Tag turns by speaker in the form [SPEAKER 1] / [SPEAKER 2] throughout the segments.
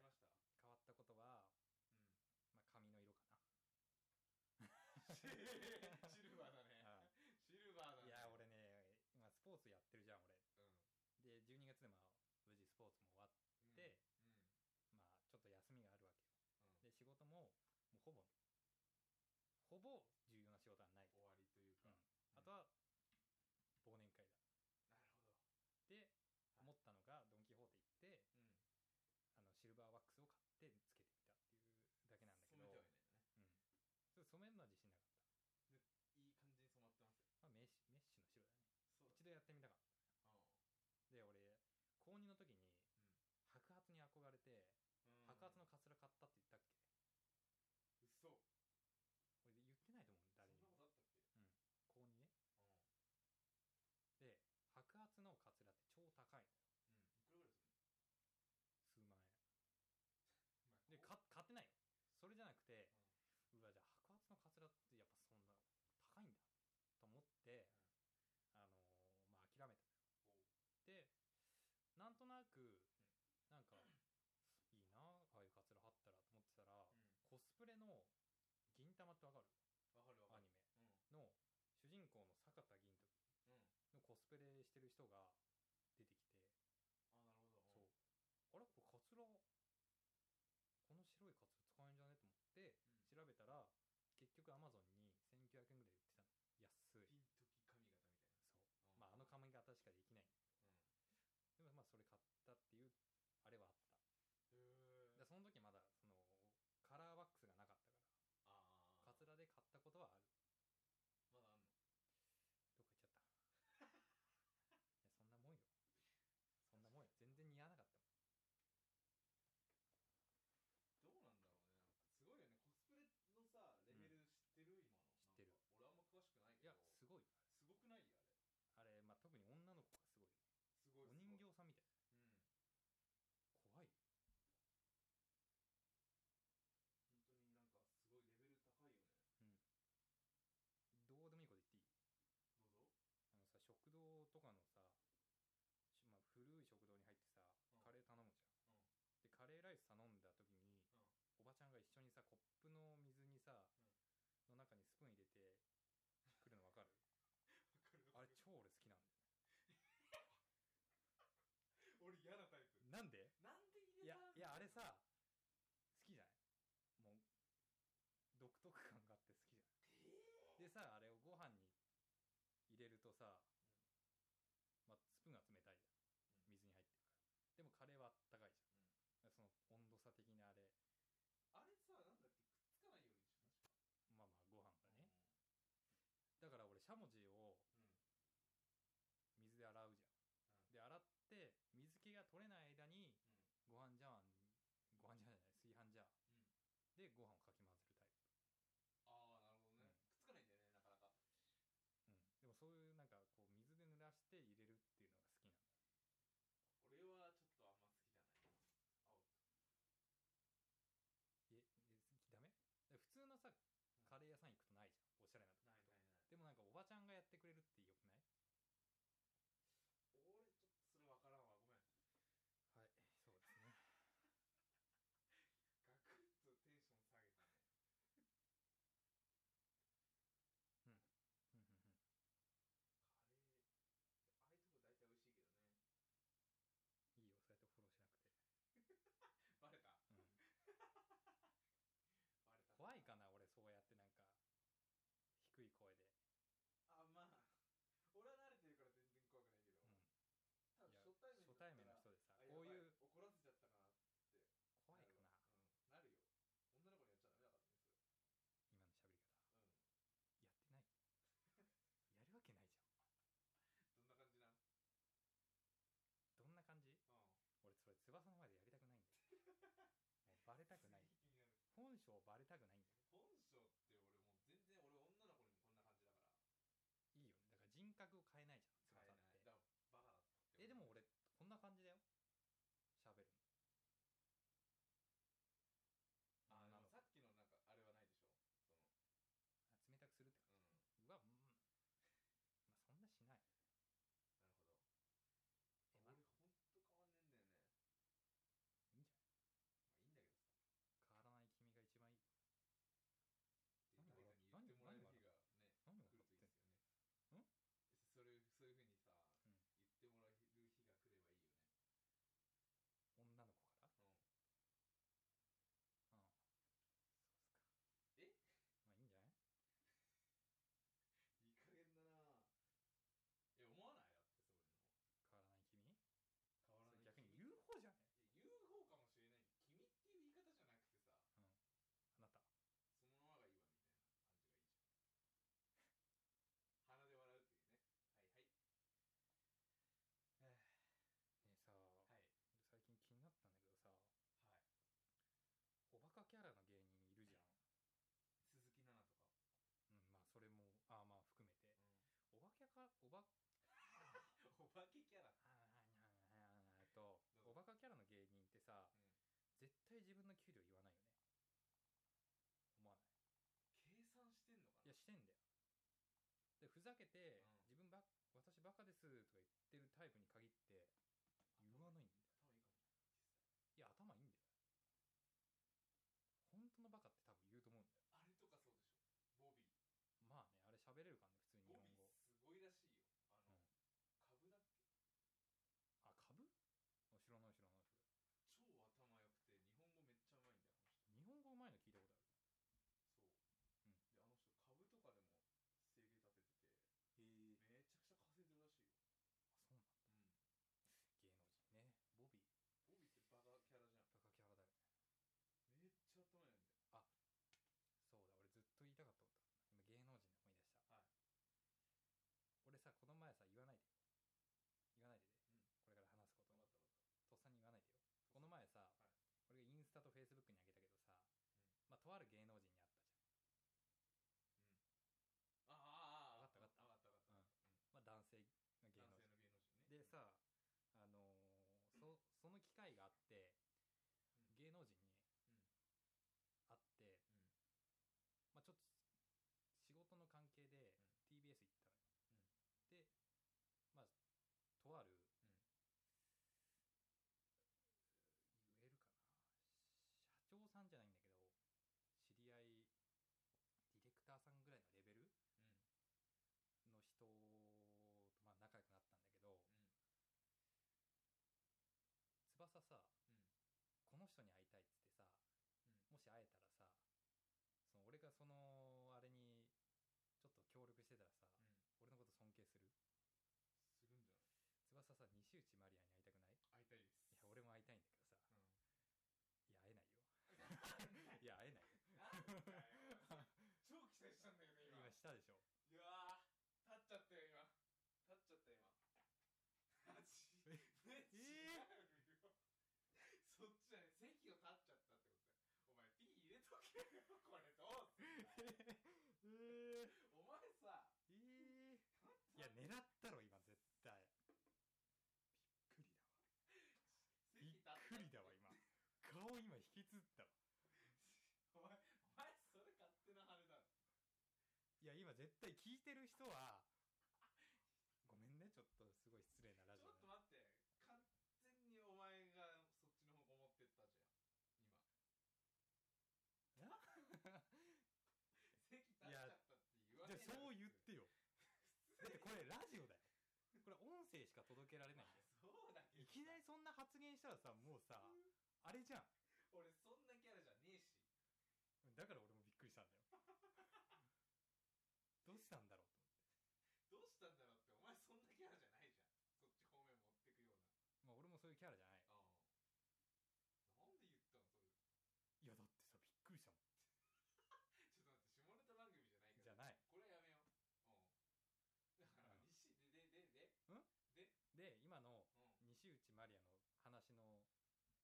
[SPEAKER 1] あ
[SPEAKER 2] シルバーだね。シルバーだ
[SPEAKER 1] あ
[SPEAKER 2] ね。
[SPEAKER 1] いや、俺ね、今スポーツやってるじゃん、俺。で、
[SPEAKER 2] う
[SPEAKER 1] 12月でまあ、無事スポーツも終わっ
[SPEAKER 2] ん。
[SPEAKER 1] て、
[SPEAKER 2] うん、
[SPEAKER 1] まあ、ちょっと休みがあるわけよ。
[SPEAKER 2] う
[SPEAKER 1] で、
[SPEAKER 2] ん
[SPEAKER 1] 仕事も、もうほぼ、ほぼ重要な仕事はない。
[SPEAKER 2] 終わ
[SPEAKER 1] うん。あとは、
[SPEAKER 2] りというか。
[SPEAKER 1] 忘年会だ。
[SPEAKER 2] なるほ
[SPEAKER 1] で、
[SPEAKER 2] ど。はい
[SPEAKER 1] 思ったのが、ドン・キホーテ行って、
[SPEAKER 2] うん。
[SPEAKER 1] あの、シルバーワックスを買ってつけてみたっていうだけなんだけど、
[SPEAKER 2] 染めてはいないんだね。
[SPEAKER 1] うん。それ染めるのは自信なかった。
[SPEAKER 2] いい感
[SPEAKER 1] まあ、メッシュメッシュの白だね。一
[SPEAKER 2] じに染まってますよ。そうだ
[SPEAKER 1] 度やってみたかった。で、俺、高2
[SPEAKER 2] う
[SPEAKER 1] の時に
[SPEAKER 2] ん
[SPEAKER 1] 白髪に憧れて、
[SPEAKER 2] うん。
[SPEAKER 1] 白髪のカツラ買ったって言ったっけ
[SPEAKER 2] 嘘
[SPEAKER 1] 俺言ってないと思う、誰に
[SPEAKER 2] そんなこ
[SPEAKER 1] も。
[SPEAKER 2] とあったっけ
[SPEAKER 1] うん。高2ね。で、白
[SPEAKER 2] う
[SPEAKER 1] 髪のカツラって超高いのよ。
[SPEAKER 2] ん。うん。いくらぐらいする
[SPEAKER 1] 数万円。
[SPEAKER 2] のま
[SPEAKER 1] で、
[SPEAKER 2] あこう
[SPEAKER 1] か買ってないよ。それじゃなくて、
[SPEAKER 2] うん
[SPEAKER 1] うわ、じゃあ白髪のカツラってやっぱそんな高いんだと思って、あのーまあ諦めたのよ。
[SPEAKER 2] うんおう
[SPEAKER 1] で、なんとなく
[SPEAKER 2] うん、
[SPEAKER 1] なんか、いいなあああいうカツラ貼ったらと思ってたら、
[SPEAKER 2] うん
[SPEAKER 1] コスプレの銀玉ってわかる
[SPEAKER 2] わかるわ
[SPEAKER 1] ア
[SPEAKER 2] かる
[SPEAKER 1] ニメ
[SPEAKER 2] う
[SPEAKER 1] の
[SPEAKER 2] ん
[SPEAKER 1] 主人公の坂田銀時
[SPEAKER 2] うん
[SPEAKER 1] のコスプレしてる人が出てきて、
[SPEAKER 2] あな
[SPEAKER 1] そうあ
[SPEAKER 2] るほど
[SPEAKER 1] れこれカツラこの白いカツラ使えんじゃねと思って
[SPEAKER 2] うん、うん、
[SPEAKER 1] 調べたら結局アマゾンに1900円ぐらいで売ってたの安い
[SPEAKER 2] ピンとき
[SPEAKER 1] そう、まあ
[SPEAKER 2] 髪型みたいな
[SPEAKER 1] あの
[SPEAKER 2] 髪
[SPEAKER 1] 髪型しかできないんだ
[SPEAKER 2] う
[SPEAKER 1] けどでもま
[SPEAKER 2] ん
[SPEAKER 1] あそれ買ったっていうあれはあった
[SPEAKER 2] へー
[SPEAKER 1] でその時まだそのカラーワックスがなかったか
[SPEAKER 2] あ
[SPEAKER 1] ら
[SPEAKER 2] あ
[SPEAKER 1] カツラで買ったことはある
[SPEAKER 2] まだあんの
[SPEAKER 1] どっか行っちゃったいやそんなもんよそんなもんよ全 然似合わなかったも
[SPEAKER 2] どうなんだろうねなんかすごいよねコスプレのさレベル知ってる、今の
[SPEAKER 1] 知ってる
[SPEAKER 2] なんか俺あんま詳しくない
[SPEAKER 1] ん
[SPEAKER 2] け
[SPEAKER 1] いやすごいよあれあれ、まあ、特に女の子がすご
[SPEAKER 2] どすごくないあれ
[SPEAKER 1] いよねお
[SPEAKER 2] すごいすご
[SPEAKER 1] 人
[SPEAKER 2] い
[SPEAKER 1] 形さんみたい
[SPEAKER 2] う
[SPEAKER 1] な
[SPEAKER 2] ん
[SPEAKER 1] 怖いよ
[SPEAKER 2] 本当になんかすご
[SPEAKER 1] うんどう
[SPEAKER 2] いレベル高いよね
[SPEAKER 1] でもいいこと言っていい
[SPEAKER 2] どうぞ
[SPEAKER 1] あのさ食堂とかのさ、しまあ、古い食堂に入ってさ
[SPEAKER 2] うん
[SPEAKER 1] カレー頼むじゃん、
[SPEAKER 2] うん
[SPEAKER 1] でカレーライス頼んだ時に
[SPEAKER 2] うん
[SPEAKER 1] おばちゃんが一緒にさコップの水にさ、
[SPEAKER 2] うん
[SPEAKER 1] の中にスプーン入れてくるの分かる
[SPEAKER 2] わかるわ
[SPEAKER 1] あ
[SPEAKER 2] か
[SPEAKER 1] れ超俺
[SPEAKER 2] る
[SPEAKER 1] 好きなんだよ
[SPEAKER 2] 俺嫌なタイプ
[SPEAKER 1] ねなんで
[SPEAKER 2] なんで入れた
[SPEAKER 1] いやいやあれ
[SPEAKER 2] っ
[SPEAKER 1] さ好きじゃないもう独特感があって好きじゃないでさあれをご飯に入れるとさ、まあ、スプーンが冷たいじゃん
[SPEAKER 2] うん
[SPEAKER 1] 水に入ってるからでもカレーはあったかいじ
[SPEAKER 2] うん
[SPEAKER 1] ゃんその温度差的なあれ
[SPEAKER 2] あれさなんだっけくっつかないようにしましょ
[SPEAKER 1] まあまあご飯が
[SPEAKER 2] う
[SPEAKER 1] ね、だから俺しゃもじを
[SPEAKER 2] うん、うん
[SPEAKER 1] 水で洗うじゃんで洗って水気が取れない間に
[SPEAKER 2] う
[SPEAKER 1] ご飯ジャーにご飯ジャーじゃない炊飯ジャー
[SPEAKER 2] んうん
[SPEAKER 1] でご飯をかき混ぜるタイプ
[SPEAKER 2] ああなるほどね、
[SPEAKER 1] うん
[SPEAKER 2] くっつかないん
[SPEAKER 1] うん、
[SPEAKER 2] だよねなかなか
[SPEAKER 1] でもそういうなんかこう水で濡らして入れるっていうのが好きなんだ
[SPEAKER 2] 俺はちょっとあんま好きじゃない青
[SPEAKER 1] ええ好きダメえ普通のさカレー屋さん行くとないじゃんおしゃれなとこでもなん
[SPEAKER 2] ないないない
[SPEAKER 1] かおばちゃんがやってくれるってよくない
[SPEAKER 2] 俺ちょっとそれ分からんわごめん
[SPEAKER 1] はいそうですね
[SPEAKER 2] ガクッとテンション下げたね
[SPEAKER 1] うんうんうんいいよそうやってフォローし
[SPEAKER 2] カレーああいうとこ大体美味しいけどね
[SPEAKER 1] なくて、
[SPEAKER 2] バレた
[SPEAKER 1] うん、怖いか
[SPEAKER 2] バレた
[SPEAKER 1] な俺そうやってなんか低い声で、
[SPEAKER 2] あまあ俺は慣れてるから全然怖くないけど、
[SPEAKER 1] う
[SPEAKER 2] た
[SPEAKER 1] ん、い
[SPEAKER 2] だ
[SPEAKER 1] や
[SPEAKER 2] 初対面だったら
[SPEAKER 1] 初対面の人でさ
[SPEAKER 2] あやば
[SPEAKER 1] こういう
[SPEAKER 2] 怒らせちゃったかなって
[SPEAKER 1] 怖いかな
[SPEAKER 2] なる,、うん、なるよ女の子にやっちゃダメだからねそれ
[SPEAKER 1] 今の喋り方やってないや
[SPEAKER 2] うん
[SPEAKER 1] るわけないじゃん
[SPEAKER 2] どんな感じな
[SPEAKER 1] ど
[SPEAKER 2] ん
[SPEAKER 1] んな感じ
[SPEAKER 2] うん
[SPEAKER 1] 俺それ翼の前でやりたく ないんだよもうバレたくない本性バレたくな
[SPEAKER 2] すげえ気になる
[SPEAKER 1] いんだよ
[SPEAKER 2] 本性って俺もう全然俺女の子にもこんな感
[SPEAKER 1] いいよね
[SPEAKER 2] じだから
[SPEAKER 1] だから人格を変えないじゃん
[SPEAKER 2] 使え
[SPEAKER 1] 翼
[SPEAKER 2] な
[SPEAKER 1] っ
[SPEAKER 2] い
[SPEAKER 1] て
[SPEAKER 2] だからバカだっ
[SPEAKER 1] えで
[SPEAKER 2] て
[SPEAKER 1] も俺こんな感じだよ喋るの
[SPEAKER 2] あ
[SPEAKER 1] 女
[SPEAKER 2] の
[SPEAKER 1] の子
[SPEAKER 2] さっきのなんかあれはないでしょその
[SPEAKER 1] あ冷たくするってこ
[SPEAKER 2] うん
[SPEAKER 1] とうわうんまあそん なしない
[SPEAKER 2] なるほど
[SPEAKER 1] え
[SPEAKER 2] 俺
[SPEAKER 1] まあ
[SPEAKER 2] ほんと変わ
[SPEAKER 1] いい
[SPEAKER 2] んねえんだよね
[SPEAKER 1] んじゃない変
[SPEAKER 2] まあいいんだけどさ
[SPEAKER 1] わらない君が一番いいかおば
[SPEAKER 2] お化けキャラ
[SPEAKER 1] えっとおバカキャラの芸人ってさ、絶対自分の給料言わないよね思わない
[SPEAKER 2] 計算してんのか
[SPEAKER 1] いや
[SPEAKER 2] な
[SPEAKER 1] してんだよでふざけて、
[SPEAKER 2] うん
[SPEAKER 1] 自分ば私バカですとか言ってるタイプに限って言わないんだよいや頭いいんだよ本当のバカって多分言うと思うんだよ
[SPEAKER 2] あれとかそうでしょボビー
[SPEAKER 1] まあねあれ喋れるかね普通に
[SPEAKER 2] ボ
[SPEAKER 1] 日
[SPEAKER 2] ビ
[SPEAKER 1] 本
[SPEAKER 2] ー
[SPEAKER 1] 語
[SPEAKER 2] すごいらしいよあの、
[SPEAKER 1] うん
[SPEAKER 2] 株だっけ
[SPEAKER 1] あ株お知らない知らないそれ
[SPEAKER 2] 超頭良くて日本語めっちゃうまいんだよあの人
[SPEAKER 1] 日本語うまいの聞いたことあるうんへえ
[SPEAKER 2] そう、であの人株とかでも生計立てててめちゃくちゃ稼いでるらしい
[SPEAKER 1] そうなん芸能人ねボビーバカキャラだよねそうだ俺ずっと言いたかったこと今芸能人で思い出した、俺さこの前さ言わないでよ言わないでね、これから話すこととっさに言わないでよこの前さ、俺がインスタとフェイスブック
[SPEAKER 2] よ、うん、ボビーってバカキャラじゃんめっちゃ頭いいんだよはいうん分かった分かったい
[SPEAKER 1] にあげたけどさ、まあとある芸能人に会ったじ
[SPEAKER 2] ああ
[SPEAKER 1] わ
[SPEAKER 2] ああ
[SPEAKER 1] かったわ
[SPEAKER 2] かったわかった
[SPEAKER 1] ゃん、
[SPEAKER 2] わ
[SPEAKER 1] まあ男性の芸
[SPEAKER 2] かった、男
[SPEAKER 1] 能
[SPEAKER 2] 性
[SPEAKER 1] 人
[SPEAKER 2] の芸能人ね
[SPEAKER 1] でさあのーそその機会があって
[SPEAKER 2] うん
[SPEAKER 1] 芸能人に
[SPEAKER 2] うん
[SPEAKER 1] 会って、
[SPEAKER 2] う
[SPEAKER 1] ま
[SPEAKER 2] ん
[SPEAKER 1] あ、ちょっと仕事の関係で TBS 行ったのよ、でまあとある、
[SPEAKER 2] うん
[SPEAKER 1] 言えるかな社長さんじゃないんだけど知り合いディレクターさんぐらいのレベル
[SPEAKER 2] うんうん
[SPEAKER 1] の人と、まあ、仲良くなったんだけど
[SPEAKER 2] うん
[SPEAKER 1] 翼さ
[SPEAKER 2] うん
[SPEAKER 1] この人に会いたいっつってさもし
[SPEAKER 2] うん
[SPEAKER 1] 会えたらさその俺がそのあれにちょっと協力してたらさ、
[SPEAKER 2] うん
[SPEAKER 1] 俺のこと尊敬する
[SPEAKER 2] するんじゃない
[SPEAKER 1] 翼さ西内まりやに会いたくないいや俺も会い
[SPEAKER 2] 会いたいです
[SPEAKER 1] たいんだけどさ
[SPEAKER 2] うん
[SPEAKER 1] いや会えないよいや会えないよ
[SPEAKER 2] なんだよ超期待したんだけど今
[SPEAKER 1] 今したでしょ
[SPEAKER 2] いやー立っちゃったよ今立っちゃったよ今マジ
[SPEAKER 1] え
[SPEAKER 2] ね
[SPEAKER 1] え
[SPEAKER 2] 違うよそっちじゃない席を立っちゃったってことだよお前 P 入れとけよこれどうすんだよ
[SPEAKER 1] えー、
[SPEAKER 2] お前さ
[SPEAKER 1] えー、いや狙ったろ今絶対びっくりだわ
[SPEAKER 2] 席
[SPEAKER 1] び
[SPEAKER 2] 立っちゃ
[SPEAKER 1] っくりだわ今顔今引きつったわ
[SPEAKER 2] お前お前それ勝手な羽根だろ
[SPEAKER 1] いや今絶対聞いてる人はごめんねちょっとすごい失礼なラジオ
[SPEAKER 2] ちょっと待って完全にお前がそっちの方向持ってったじゃん今
[SPEAKER 1] な
[SPEAKER 2] 席立っちゃったって言わ
[SPEAKER 1] じ
[SPEAKER 2] ね
[SPEAKER 1] ゃあ
[SPEAKER 2] えだろ
[SPEAKER 1] そう言っ
[SPEAKER 2] 普
[SPEAKER 1] て
[SPEAKER 2] 通
[SPEAKER 1] よだってこれラジオだよこれ音声しか届けられないんだよ
[SPEAKER 2] そうだけど
[SPEAKER 1] いきなり
[SPEAKER 2] さ
[SPEAKER 1] そんな発言したらさもうさあれじゃん
[SPEAKER 2] 俺そんなキャラじゃねえし
[SPEAKER 1] だから俺もびっくりしたんだよ どうしたんだろうと
[SPEAKER 2] どうしたんだろうってお前そんなキャラじゃないじゃんそっち方面持ってくような
[SPEAKER 1] まあ俺もそういうキャラじゃない
[SPEAKER 2] あなんで言ったのそ
[SPEAKER 1] い
[SPEAKER 2] れ
[SPEAKER 1] やだってさびっくりしたもん
[SPEAKER 2] ちょっと待って下ネタ番組じゃ
[SPEAKER 1] じゃ
[SPEAKER 2] ないから
[SPEAKER 1] ない
[SPEAKER 2] これはやめよううんだから
[SPEAKER 1] うん
[SPEAKER 2] 西でででで
[SPEAKER 1] で今の
[SPEAKER 2] うんはい
[SPEAKER 1] 西内まりやの話の、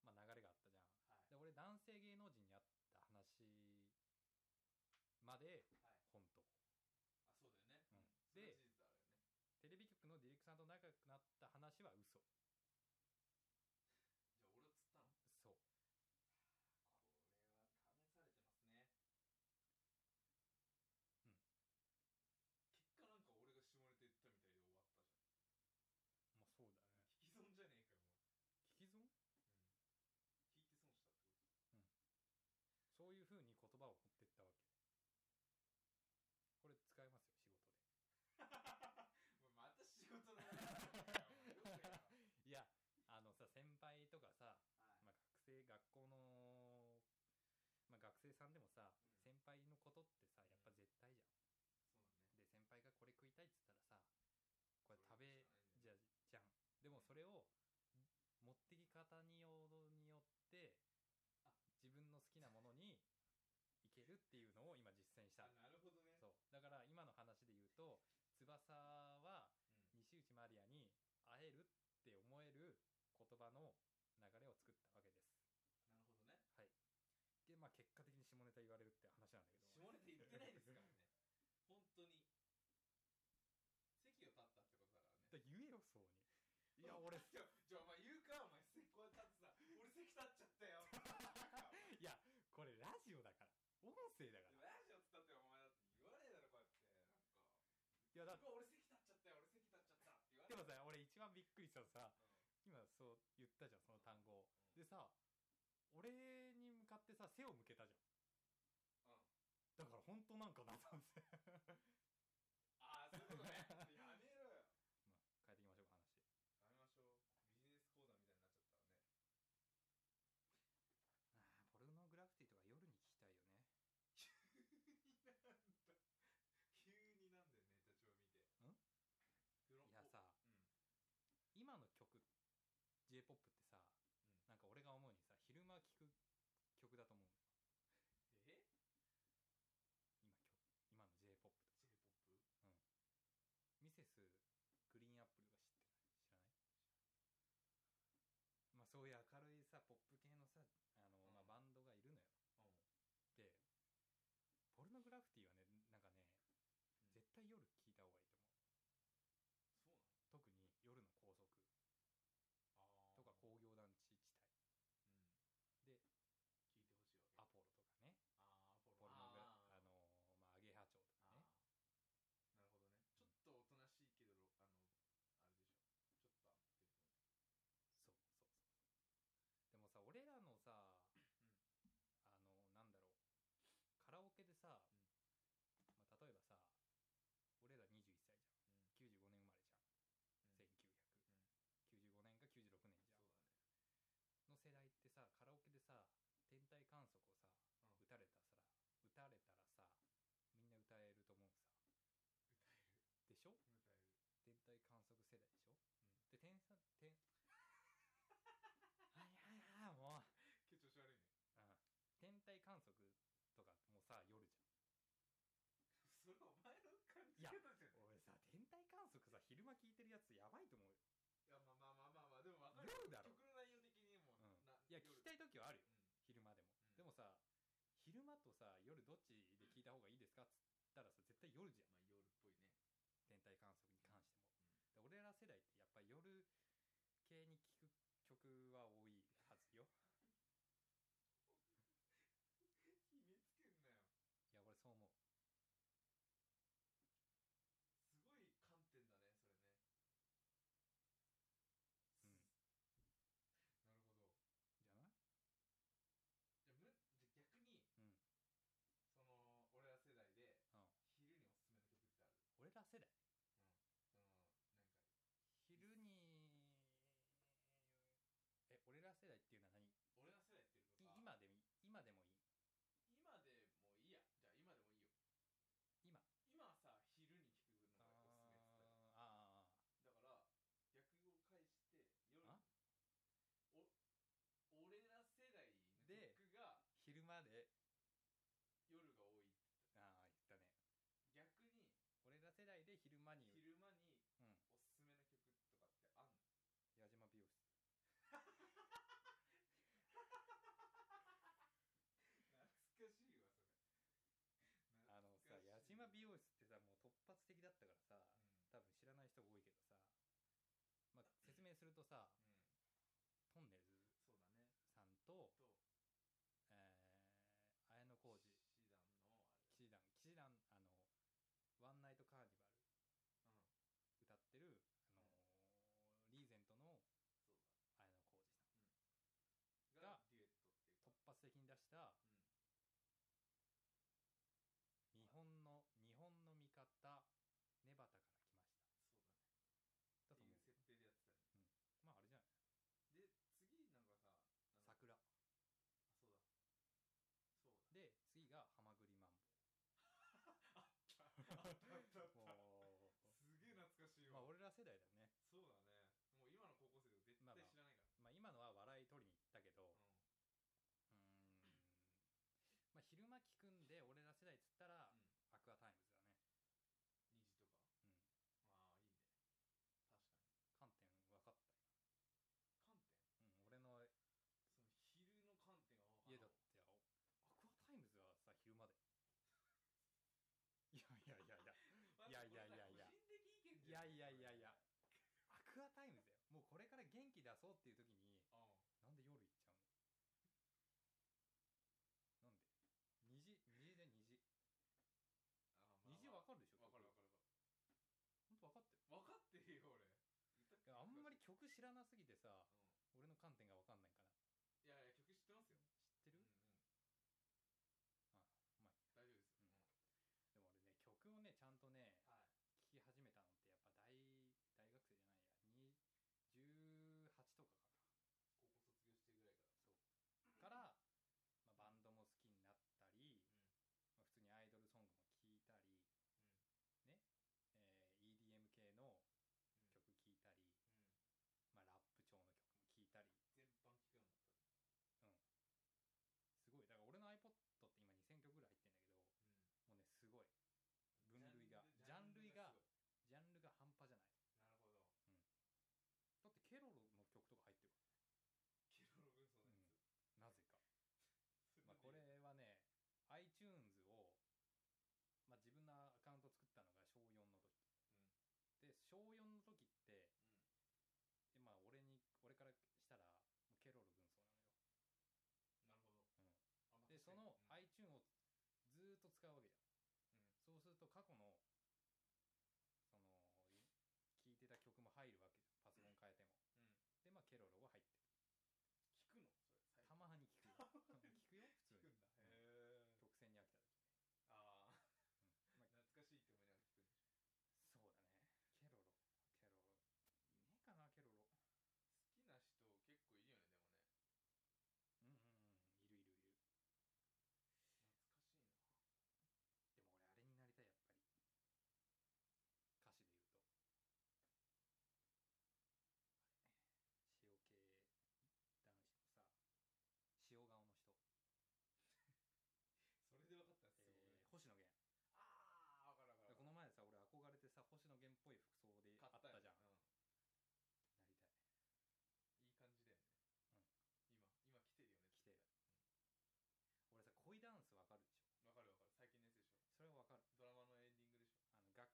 [SPEAKER 1] まあ、流れがあったじゃんで俺男性芸能人に会った話まで本当
[SPEAKER 2] はいあそうだよ
[SPEAKER 1] うん
[SPEAKER 2] ね、それは
[SPEAKER 1] で
[SPEAKER 2] 事実
[SPEAKER 1] テレビ局
[SPEAKER 2] あるよね
[SPEAKER 1] のディレクターさんと仲良くなった話は嘘
[SPEAKER 2] じゃあ俺を釣ったの
[SPEAKER 1] そ
[SPEAKER 2] こ
[SPEAKER 1] ううん
[SPEAKER 2] れは試されてますね結果なんか俺が下ネタ言ったみたいで終わったじゃん
[SPEAKER 1] まあそうだね
[SPEAKER 2] 引き損じゃねえかよ
[SPEAKER 1] 聞き損
[SPEAKER 2] もう聞いて損したってこ
[SPEAKER 1] そういうふうに言葉を持ってったわけこれ使えますよ仕事で
[SPEAKER 2] とお前また仕事の話だよお前よくやる
[SPEAKER 1] いやあのさ先輩とかさ、
[SPEAKER 2] わはい
[SPEAKER 1] まあ、学生学校の、まあ、学生さんでもさ、
[SPEAKER 2] うん
[SPEAKER 1] 先輩のことってさやっぱ絶対じゃん、
[SPEAKER 2] そうだね
[SPEAKER 1] で先輩がこれ食いたいっつったらさこれ食べじゃじゃんで
[SPEAKER 2] そ
[SPEAKER 1] もそれを持ってき方によによって
[SPEAKER 2] あ
[SPEAKER 1] 自分の好きなものにいけるっていうのを今実践した
[SPEAKER 2] あなるほどね
[SPEAKER 1] そうだから今の話で言うと翼は
[SPEAKER 2] うん
[SPEAKER 1] 西内まりやに会えるって思える言葉の流れを作ったわけです
[SPEAKER 2] なるほどね
[SPEAKER 1] で、まあ、結果的に下ネタ言われるって話なんだけど
[SPEAKER 2] 下ネタ言ってないですからね本当に席を立っ
[SPEAKER 1] そう にいや俺
[SPEAKER 2] じゃあ じゃあお前言うかお前席こうやって立ってさ俺席立っちゃったよ
[SPEAKER 1] いやこれラジオだから音声だか
[SPEAKER 2] で
[SPEAKER 1] ら
[SPEAKER 2] もラジオつったってお前だって言わねえだろこうやって
[SPEAKER 1] いやだ
[SPEAKER 2] なんかうわ俺席立っちゃったよ俺席立っちゃったって
[SPEAKER 1] で
[SPEAKER 2] 言わねえ
[SPEAKER 1] もさ俺一番びっくりしたのさ
[SPEAKER 2] うん
[SPEAKER 1] 今そう言ったじゃんその単語をでさ俺に向かってさ背を向けたじゃん
[SPEAKER 2] うん
[SPEAKER 1] だから本当なんかなと思って
[SPEAKER 2] ああそういうことねや めろよ
[SPEAKER 1] 変えていきましょうか話
[SPEAKER 2] やめましょうビジ
[SPEAKER 1] あーポルノ
[SPEAKER 2] ネス講座みたいになっちゃったらね
[SPEAKER 1] グラフィティとか夜に聞きたいよね
[SPEAKER 2] 急になんだよね立ちを見て
[SPEAKER 1] んい
[SPEAKER 2] い
[SPEAKER 1] やさ今の曲 j p o p ってさ、なんか俺が思うにさ昼間聴く曲だと思う
[SPEAKER 2] え
[SPEAKER 1] 今の j p o p と
[SPEAKER 2] J-POP?
[SPEAKER 1] ミセスグリーンアップルが知ってない知らないまあそういう明るいさポップ系のさあの、まあ、
[SPEAKER 2] うん
[SPEAKER 1] バンドがいるのよ
[SPEAKER 2] うん
[SPEAKER 1] でポルノグラフィティはねなんかね
[SPEAKER 2] うん
[SPEAKER 1] 絶対夜聴いた方がいいと思う
[SPEAKER 2] そうなの
[SPEAKER 1] 特に夜の高速
[SPEAKER 2] あ
[SPEAKER 1] とか工業団地地帯
[SPEAKER 2] うん、
[SPEAKER 1] で
[SPEAKER 2] 聞いてほしいわ
[SPEAKER 1] アポロとかね
[SPEAKER 2] けああア
[SPEAKER 1] ポ
[SPEAKER 2] ポロ
[SPEAKER 1] ルノグラ
[SPEAKER 2] あー
[SPEAKER 1] あのまあアゲハ町とかね
[SPEAKER 2] あーなるほどねちょっとおとなしいけどあのあれでしょちょっとあの
[SPEAKER 1] そうそうそうでもさ俺らのさ、あのなんだろうカラオケでさ、まあ、例えばさ俺ら21歳じゃん、95年生まれじゃん、1995年か96年じゃんの世代ってさカラオケでさ天体観測をさ、
[SPEAKER 2] うん
[SPEAKER 1] 打たれたさ打たれたらさみんな歌えると思うさでしょ天体観測世代でしょ、で天さ 天はいはいはいもう
[SPEAKER 2] そうだね歌える歌える今日調子
[SPEAKER 1] うん
[SPEAKER 2] 悪いね
[SPEAKER 1] 天体観測とかもうさ夜じゃん
[SPEAKER 2] それお前の感
[SPEAKER 1] い
[SPEAKER 2] じ
[SPEAKER 1] や
[SPEAKER 2] 方じゃない
[SPEAKER 1] 俺さ天体観測さ昼間聞いてるやつやばいと思うよ
[SPEAKER 2] いやまあまあまあまあまあでも分かる
[SPEAKER 1] 夜だろ、
[SPEAKER 2] 曲の内容的にも
[SPEAKER 1] うん
[SPEAKER 2] ない
[SPEAKER 1] や聞きたい時はあるよ
[SPEAKER 2] うん
[SPEAKER 1] 昼間でも、
[SPEAKER 2] うん
[SPEAKER 1] でもさ昼間とさ夜どっちで聞いた方がいいですかっつったらさ絶対夜じゃん
[SPEAKER 2] まあ夜っぽいね
[SPEAKER 1] 天体観測に関しても、で俺ら世代ってやっぱ夜系に聞く曲は多いはずよいや俺そう思う
[SPEAKER 2] 決めつけんなよすごい観点だねそれね
[SPEAKER 1] うん
[SPEAKER 2] なるほど
[SPEAKER 1] じゃない
[SPEAKER 2] じゃあ
[SPEAKER 1] うん
[SPEAKER 2] むじゃあ逆に、その俺ら世
[SPEAKER 1] うん
[SPEAKER 2] 代で、昼におすすめの曲ってある
[SPEAKER 1] 俺ら世代
[SPEAKER 2] そのなんか
[SPEAKER 1] 昼にえ俺ら世代っていうのは何
[SPEAKER 2] 俺ら世代っていう
[SPEAKER 1] い
[SPEAKER 2] と
[SPEAKER 1] 今でもいい今でもいい今あ
[SPEAKER 2] 今でもいいやじゃあ今でもいいよ今さ昼に聞くのがおすすめっつったじゃんだ
[SPEAKER 1] あでー昼までああ言ったね俺ら世代で昼間にうん 矢
[SPEAKER 2] から逆を返して夜お俺ら世代の曲が夜が多い逆に昼間におすすめの曲とかってあんの
[SPEAKER 1] 島美容室
[SPEAKER 2] 懐かしいわそれ
[SPEAKER 1] あのさ矢島美容室ってさもう突発的だったからさ多分知らない人が多いけどさ、まあ、説明するとさ
[SPEAKER 2] うん、うん、
[SPEAKER 1] トンネルズ
[SPEAKER 2] そうだね
[SPEAKER 1] さんと、
[SPEAKER 2] と
[SPEAKER 1] えー、綾小路
[SPEAKER 2] 騎士
[SPEAKER 1] 騎士団騎士団
[SPEAKER 2] 団のあれ
[SPEAKER 1] あのワンナイトカーニバル
[SPEAKER 2] うん
[SPEAKER 1] 歌ってる、あのーリーゼントの
[SPEAKER 2] そう
[SPEAKER 1] 綾小路さん
[SPEAKER 2] だ
[SPEAKER 1] が
[SPEAKER 2] がデュエットっていうか
[SPEAKER 1] 突発的に出した
[SPEAKER 2] う
[SPEAKER 1] 日
[SPEAKER 2] ん
[SPEAKER 1] 本の日本の味方ネバタから来ましただ
[SPEAKER 2] そうだね
[SPEAKER 1] と思
[SPEAKER 2] っていうう設定でやってたよね
[SPEAKER 1] まああれじゃない
[SPEAKER 2] で次なんかさあの
[SPEAKER 1] 桜で次が「ハマグリマン
[SPEAKER 2] あそうだそうだ あったあったあっ
[SPEAKER 1] ボ」
[SPEAKER 2] た
[SPEAKER 1] も
[SPEAKER 2] すげえ懐かしいうわ、
[SPEAKER 1] まあ俺ら世代だよね
[SPEAKER 2] そうだねもう今の高校生で絶
[SPEAKER 1] まあ
[SPEAKER 2] 対
[SPEAKER 1] まあ
[SPEAKER 2] 知
[SPEAKER 1] まあ今のは
[SPEAKER 2] らないから、
[SPEAKER 1] 笑い取りに行ったけどうーんまあ昼間聞くんで俺ら世代っつったら
[SPEAKER 2] うん
[SPEAKER 1] アクアタイムズだね
[SPEAKER 2] うん、虹とか
[SPEAKER 1] うん
[SPEAKER 2] ああいい
[SPEAKER 1] 観点
[SPEAKER 2] ね確かに
[SPEAKER 1] 分かった
[SPEAKER 2] 観点
[SPEAKER 1] ようん俺の
[SPEAKER 2] その昼の観点
[SPEAKER 1] 家だってアクアタイム
[SPEAKER 2] が分からん
[SPEAKER 1] ズはさ昼間だよいやいやいやいやいやいやいや
[SPEAKER 2] まあ
[SPEAKER 1] いや
[SPEAKER 2] これさ個
[SPEAKER 1] いや いやいやいや、
[SPEAKER 2] 人的意見じゃん
[SPEAKER 1] アクもうこれから元気出そうっていう時に
[SPEAKER 2] うん
[SPEAKER 1] なんで夜行っちゃうのなんで虹虹で虹虹わかるでしょ
[SPEAKER 2] わかるわ
[SPEAKER 1] 曲
[SPEAKER 2] かる
[SPEAKER 1] ほんと分かって る
[SPEAKER 2] わかってるよ俺
[SPEAKER 1] いやあんまり曲知らなすぎてさ俺の観点が分かんないかない
[SPEAKER 2] やいや曲知ってますよ
[SPEAKER 1] 知ってる、でも
[SPEAKER 2] 大丈夫です
[SPEAKER 1] 俺ね曲をねちゃんとね
[SPEAKER 2] はい
[SPEAKER 1] 聴き始めたのってやっぱ大大学生じゃないやに18とかか
[SPEAKER 2] 高校卒業してるぐらいから
[SPEAKER 1] なから、まあ、バンドも好きになったり、まあ、普通にアイドルソングも聴いたり、ね、えー EDM 系の曲聴いたり、まあ、ラップ調の曲も聴いたり
[SPEAKER 2] 全般聞くようになった
[SPEAKER 1] すごいだから俺の iPod って今2000曲ぐらい入ってんだけどもうねすごい分類がジャンルが
[SPEAKER 2] す
[SPEAKER 1] ジャンルが半端じゃない
[SPEAKER 2] ごいなるほど
[SPEAKER 1] だってケロロの曲とか入ってる
[SPEAKER 2] ケロロ軍曹のやつ
[SPEAKER 1] なぜか、まあ、
[SPEAKER 2] そ
[SPEAKER 1] これはね iTunes を、まあ、自分のアカウント作ったのが小4の時、で小4の時って、でまあ俺に俺からしたらもうケロロ軍曹なのよ
[SPEAKER 2] なるほどあまあ
[SPEAKER 1] でそ
[SPEAKER 2] 確かに
[SPEAKER 1] の
[SPEAKER 2] うん
[SPEAKER 1] iTune をずーっと使うわけじゃん、そうすると過去のその聴いてた曲も入るわけじゃんパソコン変えても、で
[SPEAKER 2] うん
[SPEAKER 1] まあケロロは入ってる
[SPEAKER 2] 聞くのそれ
[SPEAKER 1] た
[SPEAKER 2] 最近
[SPEAKER 1] まに聞くよ聞くよ普通
[SPEAKER 2] 聞く
[SPEAKER 1] に
[SPEAKER 2] んだ
[SPEAKER 1] うん曲線に
[SPEAKER 2] へえ
[SPEAKER 1] 飽きた時
[SPEAKER 2] ああ
[SPEAKER 1] まあ
[SPEAKER 2] 懐かしいって思いながら聞くんでしょ
[SPEAKER 1] そうだねケロロケロロいねえかなケロロ
[SPEAKER 2] 好きな人結構いる
[SPEAKER 1] うんうんうんいるいるいるでも俺あれ
[SPEAKER 2] よねでもね懐かしいな
[SPEAKER 1] になりたいやっぱり歌詞で言うとあれ塩系男子のさ塩顔の人、えー星野源
[SPEAKER 2] それ で分かったんですよ、俺ああ分かる分かる
[SPEAKER 1] この前さ俺憧れてさ星野源っぽい服装であったじゃん、
[SPEAKER 2] うん
[SPEAKER 1] なりたい
[SPEAKER 2] いい感じだよね、今今来て
[SPEAKER 1] 着てる俺さ恋
[SPEAKER 2] るよね
[SPEAKER 1] ダンスわかるでしょ
[SPEAKER 2] わかるわかる最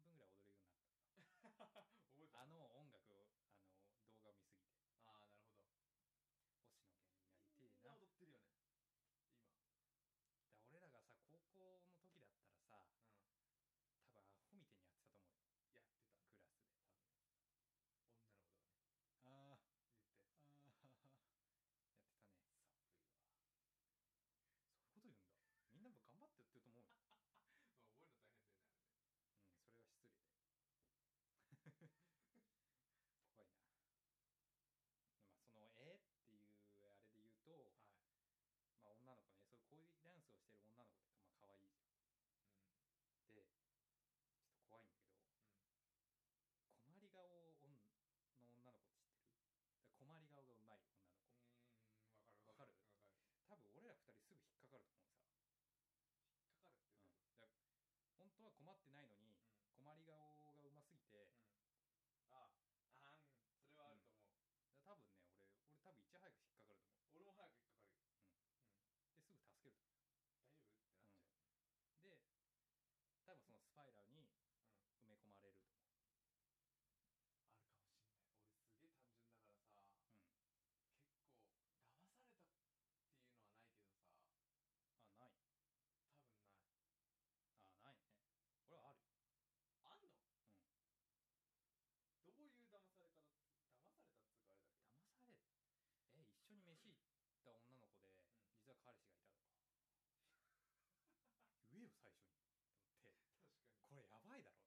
[SPEAKER 2] 近のや
[SPEAKER 1] それはわ
[SPEAKER 2] つでしょ
[SPEAKER 1] かる
[SPEAKER 2] ドラマのエンディングでしょ
[SPEAKER 1] あのガッキーが主演のやつ、
[SPEAKER 2] うん
[SPEAKER 1] あれさ半分ぐらい踊れるようになった
[SPEAKER 2] 覚えて
[SPEAKER 1] あ
[SPEAKER 2] る
[SPEAKER 1] の音楽をあの 動画を見すぎて
[SPEAKER 2] ああなるほど
[SPEAKER 1] 星野源になりて
[SPEAKER 2] み
[SPEAKER 1] え
[SPEAKER 2] ん
[SPEAKER 1] な
[SPEAKER 2] な踊ってるよね
[SPEAKER 1] だ
[SPEAKER 2] 今
[SPEAKER 1] 俺らがさ高校の時だったらさ多分アホみてえにやってたと思うよクラスで
[SPEAKER 2] うんやってた女の子とか
[SPEAKER 1] ああああやってたねそういうこと言うんだみんなも頑張ってやってると思うよ、
[SPEAKER 2] ね言ってまあ覚えるの大変
[SPEAKER 1] うん、そ
[SPEAKER 2] だよね
[SPEAKER 1] れは失礼だよ怖いなまあそのえーっていうあれで言うと、
[SPEAKER 2] あれね
[SPEAKER 1] まあ女の子ねそういう恋ダンスをしてる女の子ってまあ可愛いじゃんでちょっと怖いんだけど、困り顔の女の子って知ってるだから困り顔がうまい女の子
[SPEAKER 2] はいうんわか
[SPEAKER 1] わかる
[SPEAKER 2] るわかる引
[SPEAKER 1] 多分俺ら二人すぐ引っかかると思うさ、
[SPEAKER 2] っかかるっていううんこ
[SPEAKER 1] だから本当は困ってないのに
[SPEAKER 2] とう
[SPEAKER 1] 困り
[SPEAKER 2] ん
[SPEAKER 1] 顔がうますぎて、
[SPEAKER 2] ああんそれはあると思
[SPEAKER 1] だ
[SPEAKER 2] う、
[SPEAKER 1] から多分ね俺俺多分いち早く引っかかると思
[SPEAKER 2] 俺も早く引っかかるよ
[SPEAKER 1] うですぐ助けると
[SPEAKER 2] 大丈夫って
[SPEAKER 1] うん
[SPEAKER 2] なっちゃう、
[SPEAKER 1] 思うで多分そのスパイラルに埋め込まれると
[SPEAKER 2] あるかもしんない俺すげえ単純だからさ、
[SPEAKER 1] うん
[SPEAKER 2] 結構騙されたっていうのはないけど
[SPEAKER 1] 思う、
[SPEAKER 2] さ
[SPEAKER 1] あない
[SPEAKER 2] 多分な
[SPEAKER 1] あな
[SPEAKER 2] い
[SPEAKER 1] いね俺はあるよ
[SPEAKER 2] あん
[SPEAKER 1] うん
[SPEAKER 2] の、どういう騙され方騙されたっつうかあれだけど
[SPEAKER 1] 騙されえ一緒に飯行った女の子で、
[SPEAKER 2] うん
[SPEAKER 1] 実は彼氏がいたとか 言えよ最初にと思って
[SPEAKER 2] 確かに、
[SPEAKER 1] これやばいだろ
[SPEAKER 2] う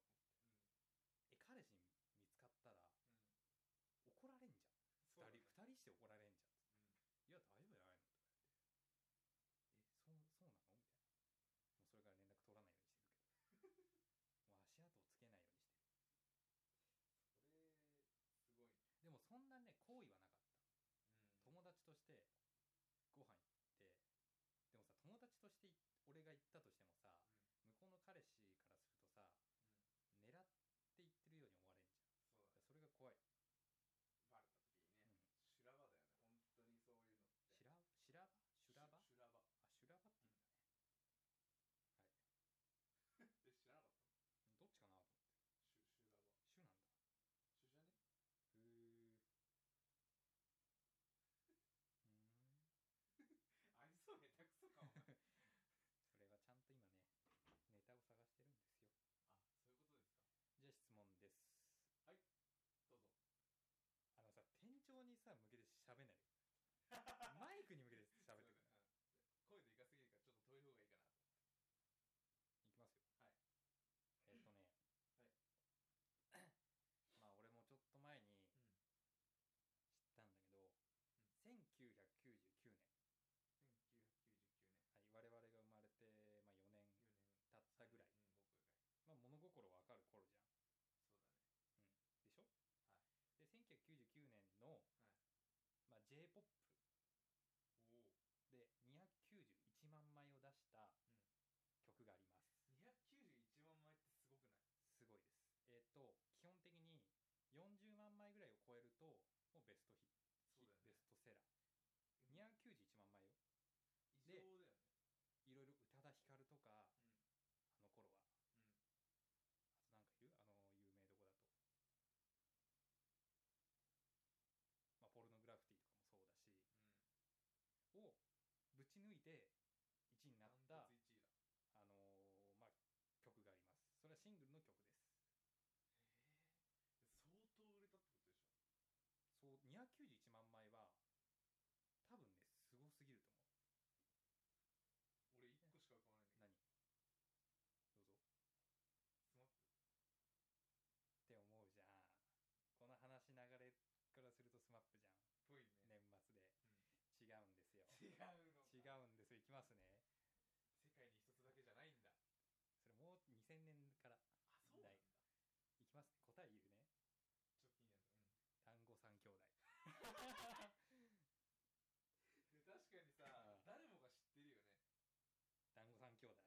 [SPEAKER 1] え
[SPEAKER 2] ん
[SPEAKER 1] 彼氏に見つかったら怒
[SPEAKER 2] うん、
[SPEAKER 1] られんじゃん二人二人して怒
[SPEAKER 2] そうだね
[SPEAKER 1] られんじゃんいや大丈夫じゃないのとか言ってえそうそうなのみたいなもうそれから連絡取らないようにしてるけどもう足跡をつけないようにしてる
[SPEAKER 2] うんそれすごいね
[SPEAKER 1] でもそんなね好意はなかった
[SPEAKER 2] うん
[SPEAKER 1] 友達としてご飯行ってでもさ友達としてい俺が行ったとしてもさ、向こうの彼氏からするとさ、狙って行ってるように思われんじゃん
[SPEAKER 2] そうだ
[SPEAKER 1] だから
[SPEAKER 2] ね
[SPEAKER 1] それが怖い
[SPEAKER 2] バレた時にね、修羅場だよね本当にそういうのって
[SPEAKER 1] しらしらば修羅場あ修羅場って
[SPEAKER 2] 修羅場
[SPEAKER 1] 言うんだね
[SPEAKER 2] え知らな
[SPEAKER 1] どっちかなと思って
[SPEAKER 2] かった修修羅場
[SPEAKER 1] 修なんださ、向けて喋んないで。マイクに向けて喋ってください。
[SPEAKER 2] 声でかすぎるからちょっと遠い方がいいかな。
[SPEAKER 1] いきますよ。はい。えっ、とね、 まあ、俺もちょっと前に知ったんだけど、1999年、はい、我々が生まれて、まあ、4年経ったぐらい、まあ、物心わかる頃じゃん。でしょ、で
[SPEAKER 2] はい
[SPEAKER 1] 1999年の、まあ、J−POP で291万枚を出した曲があります、
[SPEAKER 2] 291万枚ってすごくない
[SPEAKER 1] すごいですえっ、と基本的に40万枚ぐらいを超えるともうベストヒ
[SPEAKER 2] そうだよね
[SPEAKER 1] ベストセラー
[SPEAKER 2] うん
[SPEAKER 1] 291万枚よ
[SPEAKER 2] 異
[SPEAKER 1] で
[SPEAKER 2] 常だよね。
[SPEAKER 1] いろいろ宇多田ヒカルとか、
[SPEAKER 2] うん
[SPEAKER 1] あの頃はあとなんかいるあの有名どこだと、まあ、ポルノグラフィティとかもそうだし、をぶち抜いて1位になっ
[SPEAKER 2] ダ
[SPEAKER 1] た
[SPEAKER 2] ン、トツ一位だ。
[SPEAKER 1] あのーまあ、曲がありますそれはシングルの曲です
[SPEAKER 2] 相当売れたってことでしょ
[SPEAKER 1] そう291万枚は多分ねすごすぎると思
[SPEAKER 2] 俺一個しか浮かばないんだけど。
[SPEAKER 1] う何どうぞ
[SPEAKER 2] スマップ
[SPEAKER 1] って思うじゃんこの話流れからするとスマップじゃん
[SPEAKER 2] ぽいね。
[SPEAKER 1] 年末で、違うんですよ
[SPEAKER 2] 違う
[SPEAKER 1] 違
[SPEAKER 2] のう。
[SPEAKER 1] うんですよいきますね
[SPEAKER 2] 世界に一つだけじゃな いんだ。
[SPEAKER 1] それもう2000年から
[SPEAKER 2] あ、
[SPEAKER 1] そ
[SPEAKER 2] そうう
[SPEAKER 1] な
[SPEAKER 2] な
[SPEAKER 1] だ
[SPEAKER 2] んんだ。
[SPEAKER 1] いきますね答え言うね
[SPEAKER 2] ちょっと気にな
[SPEAKER 1] 単
[SPEAKER 2] る。
[SPEAKER 1] 語三兄弟
[SPEAKER 2] で確かにさ、
[SPEAKER 1] うん
[SPEAKER 2] 誰もが知ってるよね。
[SPEAKER 1] 団子三兄弟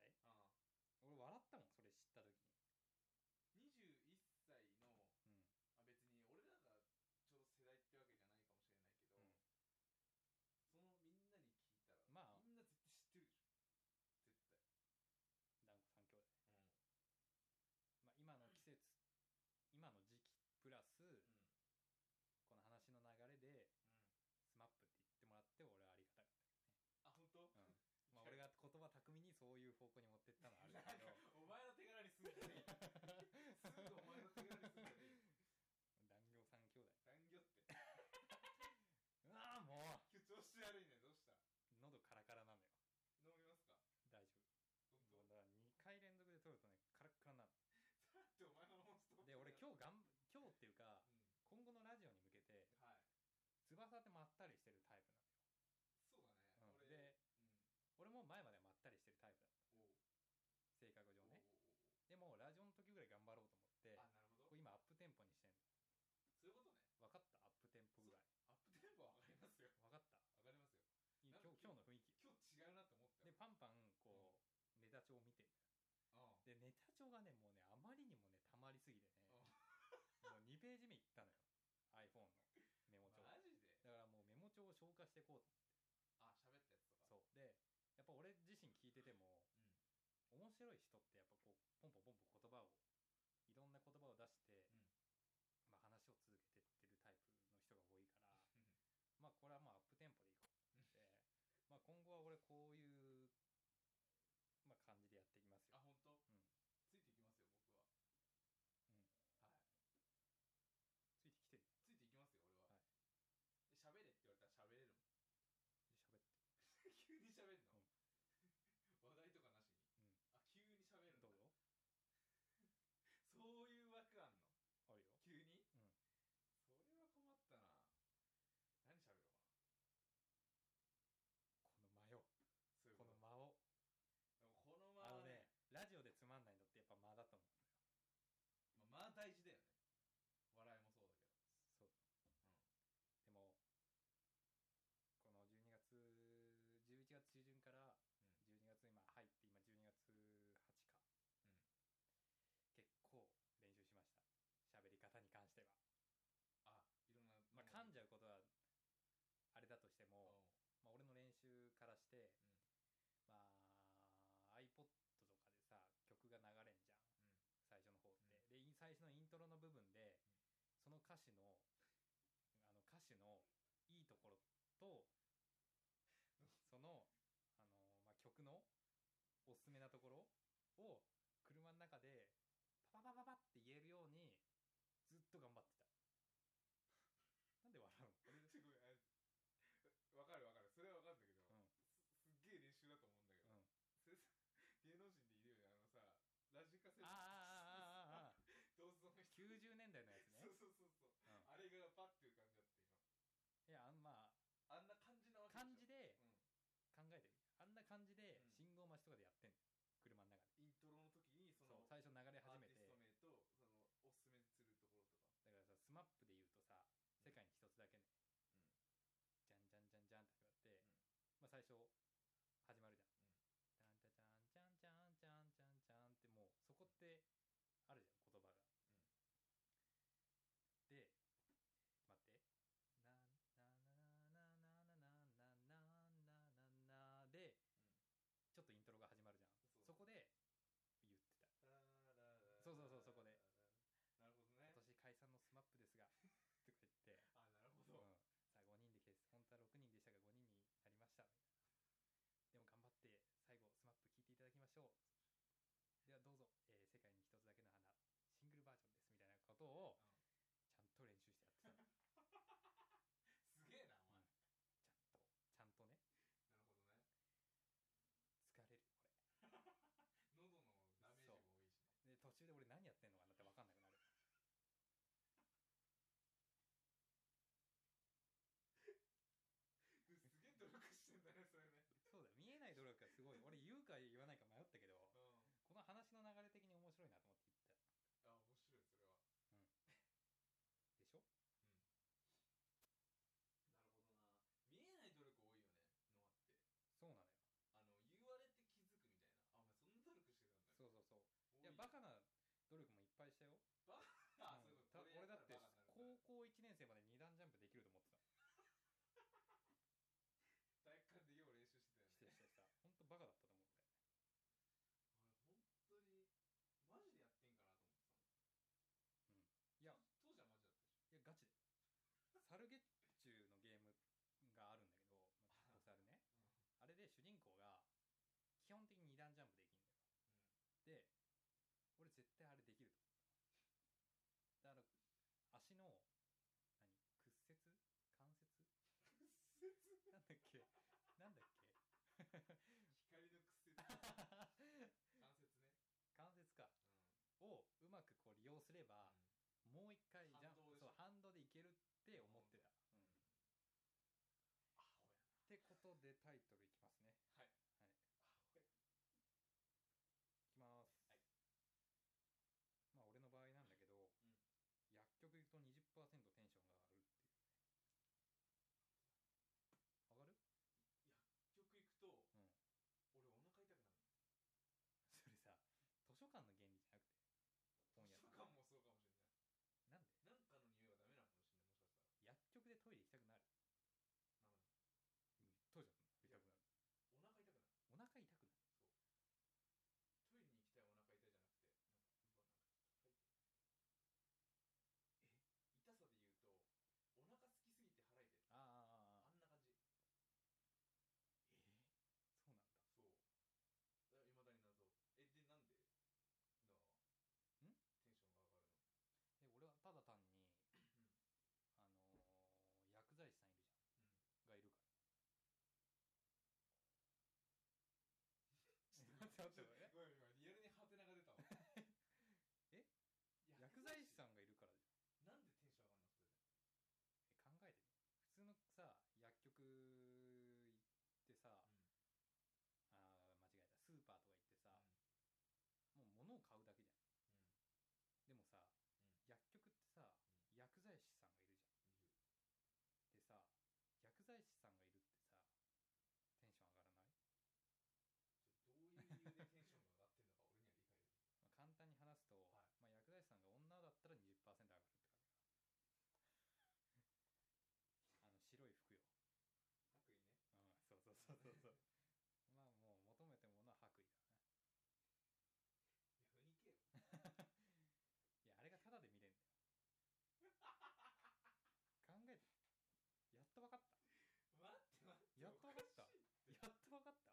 [SPEAKER 2] う
[SPEAKER 1] 俺笑
[SPEAKER 2] ん。
[SPEAKER 1] ったもんそれ知った時に
[SPEAKER 2] 21歳の、
[SPEAKER 1] うん
[SPEAKER 2] あ、別に俺らがちょうど世代ってわけじゃないかもしれないけど、
[SPEAKER 1] うん
[SPEAKER 2] そのみんなに聞いた
[SPEAKER 1] まあ
[SPEAKER 2] ら、みんな絶対知ってるでしょ。絶対。
[SPEAKER 1] 団子三兄弟まあ、今の季節今の時期プラス、この話の
[SPEAKER 2] うん。うん。
[SPEAKER 1] 流れでスマップって言ってもらって俺はありがたかっ
[SPEAKER 2] あ、
[SPEAKER 1] た、うんまあ、俺が言葉
[SPEAKER 2] 本当？
[SPEAKER 1] 巧みにそういう方向に持ってったのはあるんだ
[SPEAKER 2] なん
[SPEAKER 1] けど
[SPEAKER 2] か お前の手柄にすんじゃ ねえ。すぐお前の手柄にすんじゃねえ。
[SPEAKER 1] 団業三兄弟
[SPEAKER 2] 残業って。
[SPEAKER 1] うわーも
[SPEAKER 2] 今日調子悪いね。どうし
[SPEAKER 1] う喉カ
[SPEAKER 2] た？
[SPEAKER 1] ラカラなのよ
[SPEAKER 2] 飲みますか？
[SPEAKER 1] 大丈
[SPEAKER 2] 本
[SPEAKER 1] 夫も
[SPEAKER 2] 当。
[SPEAKER 1] うだから2回連続で取るとねカラッカラになる
[SPEAKER 2] だ ってお前のモンストップ
[SPEAKER 1] で俺
[SPEAKER 2] 日。
[SPEAKER 1] 今日がん今日っていうか
[SPEAKER 2] うん。
[SPEAKER 1] 今後のラジオに向けて
[SPEAKER 2] はい。
[SPEAKER 1] 翼ってまったりしてるタイプ
[SPEAKER 2] そうだね。
[SPEAKER 1] なのよ、うん、
[SPEAKER 2] 俺。
[SPEAKER 1] で俺も前まではまったりしてるタイプだった
[SPEAKER 2] うん。お
[SPEAKER 1] 性格上
[SPEAKER 2] うおうおうおう
[SPEAKER 1] ねでもラジオの時ぐらい頑張ろうと思って
[SPEAKER 2] あ、なるほ
[SPEAKER 1] こ
[SPEAKER 2] ど。
[SPEAKER 1] れ今アップテンポにしてんの
[SPEAKER 2] そういうことね。
[SPEAKER 1] 分かったアップテンポぐらい
[SPEAKER 2] アップテンポは上がりますよ。
[SPEAKER 1] 分かった
[SPEAKER 2] 上がり
[SPEAKER 1] いい今
[SPEAKER 2] ますよ。な
[SPEAKER 1] 日今
[SPEAKER 2] んか
[SPEAKER 1] 日の雰囲気
[SPEAKER 2] 今日違うなと思った
[SPEAKER 1] で
[SPEAKER 2] よ。
[SPEAKER 1] パンパンこう、ネタ帳を見てん
[SPEAKER 2] うん。
[SPEAKER 1] だよでネタ帳がねもうねあまりにもねたまりすぎてね
[SPEAKER 2] うん
[SPEAKER 1] もう2ページ目いったのよ iPhone のメモ帳
[SPEAKER 2] マジで。
[SPEAKER 1] だからもうメモ帳を消化していこうと
[SPEAKER 2] あ、喋ったやつとか。
[SPEAKER 1] そうで
[SPEAKER 2] う。
[SPEAKER 1] やっぱ俺自身聞いてても
[SPEAKER 2] うん。
[SPEAKER 1] 面白い人ってやっぱこうポンポンポンポン言葉をいろんな言葉を出して、
[SPEAKER 2] うん
[SPEAKER 1] まあ、話を続けてってるタイプの人が多いからまあこれはまあアップテンポでいこうって、 まあ今後は俺こういう、まあ、感じでやっていきますよ
[SPEAKER 2] あ、。本当？
[SPEAKER 1] ん
[SPEAKER 2] ついていきますよ僕は。
[SPEAKER 1] ついてきてる
[SPEAKER 2] ついていきますよ
[SPEAKER 1] は
[SPEAKER 2] 俺は。
[SPEAKER 1] い
[SPEAKER 2] で喋れって言われたら喋れるもん。
[SPEAKER 1] で喋って。
[SPEAKER 2] 急に喋るの、
[SPEAKER 1] うん
[SPEAKER 2] 話題とかなしに、
[SPEAKER 1] うん
[SPEAKER 2] あ急に喋るんだ
[SPEAKER 1] どうぞ。
[SPEAKER 2] そういう枠あ
[SPEAKER 1] あ
[SPEAKER 2] んの
[SPEAKER 1] るよ。
[SPEAKER 2] 急に、
[SPEAKER 1] うん
[SPEAKER 2] それは困ったな何喋ろうか
[SPEAKER 1] この間よ。
[SPEAKER 2] なそういう
[SPEAKER 1] この
[SPEAKER 2] こと
[SPEAKER 1] 間を。あ
[SPEAKER 2] でもこの間
[SPEAKER 1] のね、ラジオでつまんないのってやっぱ間だと思う。
[SPEAKER 2] まあ、間大事だよね笑いもそうだけど
[SPEAKER 1] そう。でも、この12月、11月中旬から12月今入って、今12月8日。
[SPEAKER 2] うん
[SPEAKER 1] 結構練習しました。喋り方に関しては。
[SPEAKER 2] あいろんな
[SPEAKER 1] まあ、噛んじゃうことはあれだとしても、
[SPEAKER 2] うん
[SPEAKER 1] まあ、俺の練習からして、まあ iPod とかでさ曲が流れんじゃん、
[SPEAKER 2] うん
[SPEAKER 1] 最初の方って、でイン最初のイントロの部分で、その歌詞のあの歌詞のいいところとそのあの、まあ、曲のおすすめなところを車の中でパパパパパって言えるようにずっと頑張ってたなんで笑うの
[SPEAKER 2] すごい
[SPEAKER 1] だよのやつ
[SPEAKER 2] そ
[SPEAKER 1] ね。
[SPEAKER 2] うそうそ
[SPEAKER 1] うん
[SPEAKER 2] うそう、あれがパッて浮かんじゃって
[SPEAKER 1] いや、あんまあ、
[SPEAKER 2] 今あんな感じなわけ
[SPEAKER 1] 感じ
[SPEAKER 2] でしょ
[SPEAKER 1] で
[SPEAKER 2] うん
[SPEAKER 1] 考えてみあんな感じで
[SPEAKER 2] うん
[SPEAKER 1] 信号待ちとかでやってんの。車の中で。
[SPEAKER 2] イントロの時にそ
[SPEAKER 1] そう
[SPEAKER 2] の
[SPEAKER 1] 最初流れ始
[SPEAKER 2] ア
[SPEAKER 1] め
[SPEAKER 2] ーティ
[SPEAKER 1] て。
[SPEAKER 2] スト名とそのおすすめするところとか
[SPEAKER 1] だからさ、スマップで言うとさ、世界に一つだけね、じ
[SPEAKER 2] うん
[SPEAKER 1] ゃんじゃんじゃんじゃんってなって、まあ最初、始まるじゃん。じゃんじゃんじゃんじゃんじゃんじゃんってもう、そこってあるじゃん、言葉が。で、待って。な、な、な、な、な、な、な、な、な、な、で、ちょっとイントロが始まるじゃん。そこで、言ってた。そ
[SPEAKER 2] ラララララ
[SPEAKER 1] うそうそうそこで
[SPEAKER 2] な
[SPEAKER 1] 今年解散のスマッ
[SPEAKER 2] るほどね
[SPEAKER 1] プですが、 とか言って。
[SPEAKER 2] あなるほ
[SPEAKER 1] うん
[SPEAKER 2] ど、、
[SPEAKER 1] さあ5人で決本当は6人でしたが5人になりましたでも頑張って最後スマップ聴いていただきましょうではどうぞ、えー世界に一つだけの花シングルバージョンですみたいなことを
[SPEAKER 2] うん
[SPEAKER 1] ちゃんと練習してやってたのち
[SPEAKER 2] すげえなお前、
[SPEAKER 1] ゃんとね疲れるこれで 途
[SPEAKER 2] なるほどね喉のダメージも多いしね
[SPEAKER 1] 中で俺何やってんのかなって分かんなくなる
[SPEAKER 2] すげえ努力してんだねそれね
[SPEAKER 1] そうだよ見えない努力がすごい 俺言うか言わないか迷ったけど
[SPEAKER 2] うん
[SPEAKER 1] この話の流れ的に面白いなと思って言った
[SPEAKER 2] あ面白い
[SPEAKER 1] で
[SPEAKER 2] それは
[SPEAKER 1] しょ
[SPEAKER 2] なるほどな見えない努力多いよねノアって
[SPEAKER 1] そうなのよ
[SPEAKER 2] あの言われて気づくみたいなあお
[SPEAKER 1] そうそうそういや
[SPEAKER 2] 前そんな努力してたんだ多
[SPEAKER 1] バカな努力もいっぱいしたよ
[SPEAKER 2] あ
[SPEAKER 1] う
[SPEAKER 2] そ
[SPEAKER 1] ん
[SPEAKER 2] う
[SPEAKER 1] た
[SPEAKER 2] いうこと
[SPEAKER 1] 俺だって高
[SPEAKER 2] こ
[SPEAKER 1] 校1年生まで二段ジャンプできると思ってた
[SPEAKER 2] 体育館でよう練習してたよ
[SPEAKER 1] して
[SPEAKER 2] ね
[SPEAKER 1] たしてた本当バカだったと思う
[SPEAKER 2] 俺本当にマジでやってんかなと思って
[SPEAKER 1] 俺いや
[SPEAKER 2] た当時はマ
[SPEAKER 1] いやガチ
[SPEAKER 2] ジだったでしょ
[SPEAKER 1] でサルゲッチュのゲームがあるんだけど、まあ、サルねあれで主人公が基本的に二段ジャンプできるんだよ、で俺絶対あれできると思っただから足の何屈折関節
[SPEAKER 2] 屈折
[SPEAKER 1] なんだっけなんだっけ
[SPEAKER 2] 光の屈折 関節ね
[SPEAKER 1] 関節かをうまくこう利用すれば、もう一回ジャンプ
[SPEAKER 2] 反動でし
[SPEAKER 1] そ
[SPEAKER 2] ょ
[SPEAKER 1] う反動でいけるって思ってた、うん
[SPEAKER 2] アホや
[SPEAKER 1] ってことでタイトルいきますね
[SPEAKER 2] はい
[SPEAKER 1] はい
[SPEAKER 2] ア
[SPEAKER 1] いき
[SPEAKER 2] ホや
[SPEAKER 1] ます、
[SPEAKER 2] はい
[SPEAKER 1] まあ俺の場合なんだけど、
[SPEAKER 2] うん
[SPEAKER 1] 薬局行くと20%テンションが上がるっていうね上がる
[SPEAKER 2] 結局行く
[SPEAKER 1] うん
[SPEAKER 2] と俺お腹痛くなる
[SPEAKER 1] それさ図書館の原理じゃなくて本屋
[SPEAKER 2] 図
[SPEAKER 1] さ
[SPEAKER 2] 書
[SPEAKER 1] ん
[SPEAKER 2] 館もそうかもしれない
[SPEAKER 1] なんで
[SPEAKER 2] なんかの匂いはダメなのかもしれないもしかしたら
[SPEAKER 1] 薬局でトイレ行きたくなるうんトイレ行きたくなる
[SPEAKER 2] お腹
[SPEAKER 1] お腹痛くなる
[SPEAKER 2] 痛くなるトイレに行きたいお腹痛いじゃなくてなんかうわなんか痛いえ痛さで言うとお腹
[SPEAKER 1] ああああああそうなんだ
[SPEAKER 2] すきすぎて腹痛いあんな感じそういまだに謎えでなんでなあ
[SPEAKER 1] ん
[SPEAKER 2] テンションが上がる
[SPEAKER 1] で俺はただ単に、あのー
[SPEAKER 2] の
[SPEAKER 1] 薬剤師さんいるじゃん、がいるから待って待って
[SPEAKER 2] ちょっごめんごめんリアルにハテナが出たわ
[SPEAKER 1] え薬剤師さんがいるから
[SPEAKER 2] 薬ん
[SPEAKER 1] じゃん
[SPEAKER 2] なんでテンション上がるのそ
[SPEAKER 1] え考え
[SPEAKER 2] れ
[SPEAKER 1] てみ普通のさ薬局行ってさ、あー間違えたスーパーとか行ってさ、もう物を買うだけじゃん、でもさ、
[SPEAKER 2] ん
[SPEAKER 1] 薬局ってさ、薬剤師さんがいるじゃんでさ薬剤師さんがいるってさテンション上がらない
[SPEAKER 2] で、うん、ちょどういう理由でテンションが上がってんのか俺には理解できない
[SPEAKER 1] まあ、簡単に話すと、
[SPEAKER 2] はい
[SPEAKER 1] まあ、薬剤師さんが女だったら20%上がるって感じかな あの白い服よ、
[SPEAKER 2] 白衣
[SPEAKER 1] うん、そうそうそうそ
[SPEAKER 2] ね
[SPEAKER 1] うそうまあもう求めてるものは白衣だない
[SPEAKER 2] やふ にけ
[SPEAKER 1] い
[SPEAKER 2] よ
[SPEAKER 1] やあれがタダで見れんだよ考えてやっと分かった
[SPEAKER 2] 待って 待って
[SPEAKER 1] やっと分かった
[SPEAKER 2] おしい
[SPEAKER 1] やっと分かった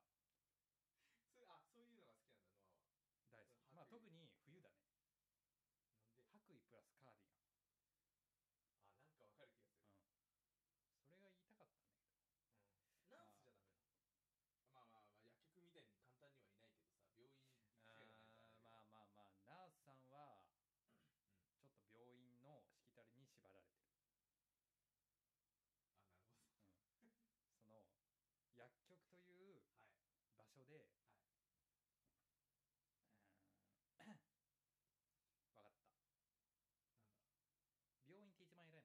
[SPEAKER 2] それあそういうのが好きなんだノアは
[SPEAKER 1] 大好き
[SPEAKER 2] 白衣
[SPEAKER 1] まあ特に冬だね
[SPEAKER 2] なんで
[SPEAKER 1] 白衣プラスカーディガン
[SPEAKER 2] あなんかわかる気がする、
[SPEAKER 1] それが言いたかったんだけど
[SPEAKER 2] ナースじゃダメなのまあまあまあ薬局みたいに簡単にはいないけどさ病院行くやらないと
[SPEAKER 1] あー
[SPEAKER 2] あ
[SPEAKER 1] まあまあま
[SPEAKER 2] れだけど
[SPEAKER 1] あナースさんはちょっと病院の してくれるある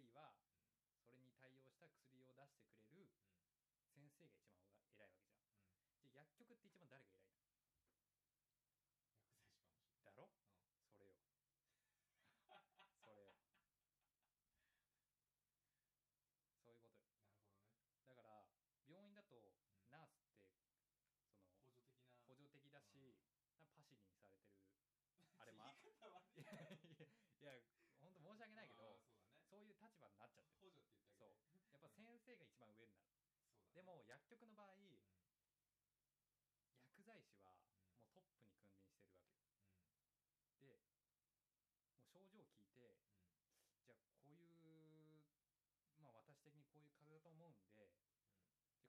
[SPEAKER 1] いはそれに対応した薬を出してくれる先生が一番偉いわけじゃん、じゃあ薬局って一番誰が偉いのだろ、それよそれよそういうことよだから病院だと
[SPEAKER 2] うん
[SPEAKER 1] ナースってその
[SPEAKER 2] 補助的な
[SPEAKER 1] 補助的だし、なんかパシリにされて るあれもあ
[SPEAKER 2] 言い方悪
[SPEAKER 1] い
[SPEAKER 2] い
[SPEAKER 1] やいや本当申し訳ないけ
[SPEAKER 2] あ
[SPEAKER 1] ど
[SPEAKER 2] ーそうだ
[SPEAKER 1] そう
[SPEAKER 2] ね
[SPEAKER 1] いう立場になっちゃってるそう
[SPEAKER 2] 補助って言ったけど
[SPEAKER 1] やっぱ先生が一番上になる
[SPEAKER 2] そうだね
[SPEAKER 1] でも薬局の場合
[SPEAKER 2] うんう
[SPEAKER 1] 薬剤師は
[SPEAKER 2] ん
[SPEAKER 1] もうトップに君臨してるわけよでもう症状を聞いて
[SPEAKER 2] うんうん
[SPEAKER 1] じゃあこういうまあ私的にこういう風邪だと思うんで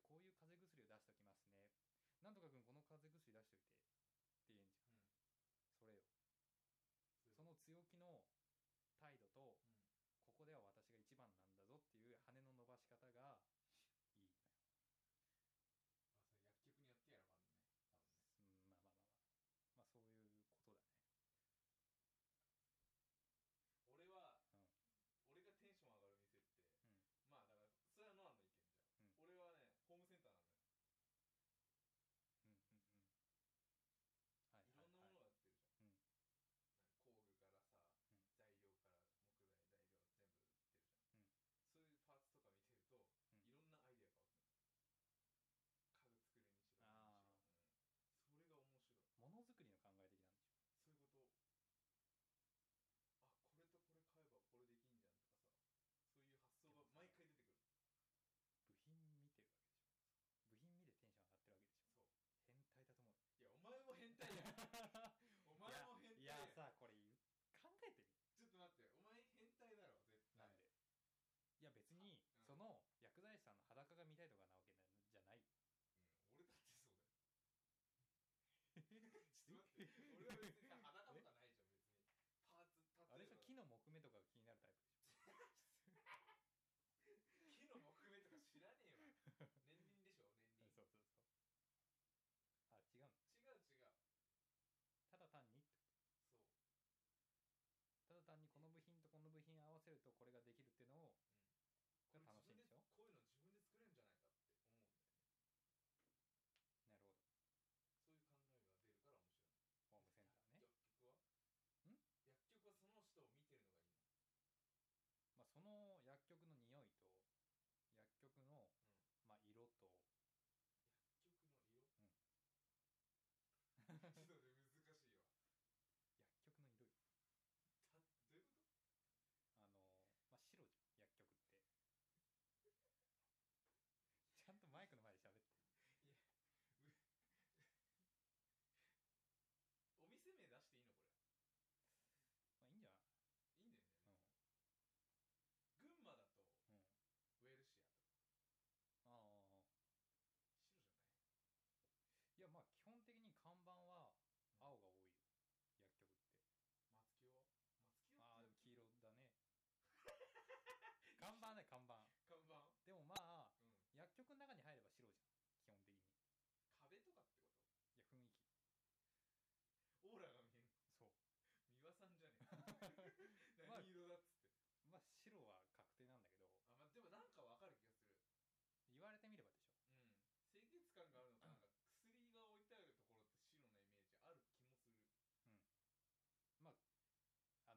[SPEAKER 1] じゃあこういう風邪薬を出しておきますねなんとか君この風邪薬出しておいてって言うんじゃんそ
[SPEAKER 2] うん
[SPEAKER 1] れよそ
[SPEAKER 2] そ
[SPEAKER 1] の強気の態度と
[SPEAKER 2] うん
[SPEAKER 1] ここでは私が一番なんだぞっていう羽の伸ばし方がいい、
[SPEAKER 2] まあそれ薬局によってやらばんね
[SPEAKER 1] う
[SPEAKER 2] 多分ね
[SPEAKER 1] ん、まあまあまあまあまあそういうことだね
[SPEAKER 2] 俺は、
[SPEAKER 1] うん
[SPEAKER 2] 俺がテンション上がる
[SPEAKER 1] う
[SPEAKER 2] 店って、
[SPEAKER 1] ん
[SPEAKER 2] まあだからそれはノアの意見じゃん、俺はねホームセンターなのよ
[SPEAKER 1] うんうんうんはい
[SPEAKER 2] い
[SPEAKER 1] は
[SPEAKER 2] ろ
[SPEAKER 1] いはい
[SPEAKER 2] んなものが売って
[SPEAKER 1] う
[SPEAKER 2] るじゃん、
[SPEAKER 1] ん
[SPEAKER 2] なんか工具からさ、
[SPEAKER 1] うん
[SPEAKER 2] 材料から木材材料全部売ってるじゃ
[SPEAKER 1] う
[SPEAKER 2] ん、
[SPEAKER 1] ん
[SPEAKER 2] そういうパーツとか見てると、
[SPEAKER 1] ん
[SPEAKER 2] いろ
[SPEAKER 1] あーもの
[SPEAKER 2] んなアイデアが湧くの家具作りにしろ何にしろうん、それが面白い
[SPEAKER 1] づくりの考え的なんでしょ部品見てるわけでしょ部品見てテンション上がってるわけでしょ変態だと思う いやいや
[SPEAKER 2] そういうことあこれとこれ買えばこれできんじゃんとかさそういう発想が毎回出てくるそういやお前も変態やお前も変態や
[SPEAKER 1] さこれ考えてみなんで、いや
[SPEAKER 2] ちょっと待ってお前変態だろ絶対
[SPEAKER 1] 別に
[SPEAKER 2] うん
[SPEAKER 1] その薬剤師さんの裸が見たいとかなわけなじ ゃないよ
[SPEAKER 2] うん、俺だってそうだよち ょっと待って俺は別にさ裸とかないじゃん別にパーツ立
[SPEAKER 1] あれでしょ木
[SPEAKER 2] 木
[SPEAKER 1] の木目とかが気になるタイプでしょ
[SPEAKER 2] の木 目とか知らねえわ年輪でしょ年輪
[SPEAKER 1] そうそうそうあ違うの
[SPEAKER 2] 違う違う
[SPEAKER 1] ただ単に
[SPEAKER 2] そ
[SPEAKER 1] ただ
[SPEAKER 2] う
[SPEAKER 1] 単にこの部品とこの部品合わせるとこれができるっていうのを
[SPEAKER 2] こ
[SPEAKER 1] が
[SPEAKER 2] れ
[SPEAKER 1] 楽しいんでし
[SPEAKER 2] 自分
[SPEAKER 1] ょ
[SPEAKER 2] でこういうの自分で作れるんじゃないかって思うんだよね
[SPEAKER 1] なるほど
[SPEAKER 2] そういう考えが出るから面白い
[SPEAKER 1] ホームセンターね
[SPEAKER 2] 薬局は
[SPEAKER 1] ん
[SPEAKER 2] 薬局はその人を見てるのがいいの
[SPEAKER 1] まあその薬局の匂いと薬局の、まあ、色と
[SPEAKER 2] 薬
[SPEAKER 1] うん
[SPEAKER 2] 局の色、ちょっと待って難しい
[SPEAKER 1] 薬局の色
[SPEAKER 2] わ
[SPEAKER 1] よ
[SPEAKER 2] たどういうこと
[SPEAKER 1] あのまあ白じゃん薬局って ちゃんとマイクの前で喋って
[SPEAKER 2] お店名出していいのこ
[SPEAKER 1] まあ
[SPEAKER 2] れ
[SPEAKER 1] いいんじゃない
[SPEAKER 2] いいんだよね、群馬だと
[SPEAKER 1] うんうん
[SPEAKER 2] ウェルシア
[SPEAKER 1] あ
[SPEAKER 2] と
[SPEAKER 1] あ
[SPEAKER 2] 白じゃない
[SPEAKER 1] いやまあ基本的に看板は青が多いよ薬局ってああ
[SPEAKER 2] 松清は松清
[SPEAKER 1] でも黄
[SPEAKER 2] 色
[SPEAKER 1] 色だね看板ね看板
[SPEAKER 2] 看板
[SPEAKER 1] でもまあ
[SPEAKER 2] うん
[SPEAKER 1] 薬局の中に入れば白じゃん基本的に
[SPEAKER 2] 壁とかってこ
[SPEAKER 1] いや雰囲気
[SPEAKER 2] とオーラが見える
[SPEAKER 1] そう
[SPEAKER 2] 三輪さんじゃねえ
[SPEAKER 1] まあ
[SPEAKER 2] 何色だっつって
[SPEAKER 1] まあ白は確定なんだけど
[SPEAKER 2] あ、まあ、でもなんかわかる気がする
[SPEAKER 1] 言われてみればでしょ
[SPEAKER 2] うん清潔感があるのかなんか薬が置いてあ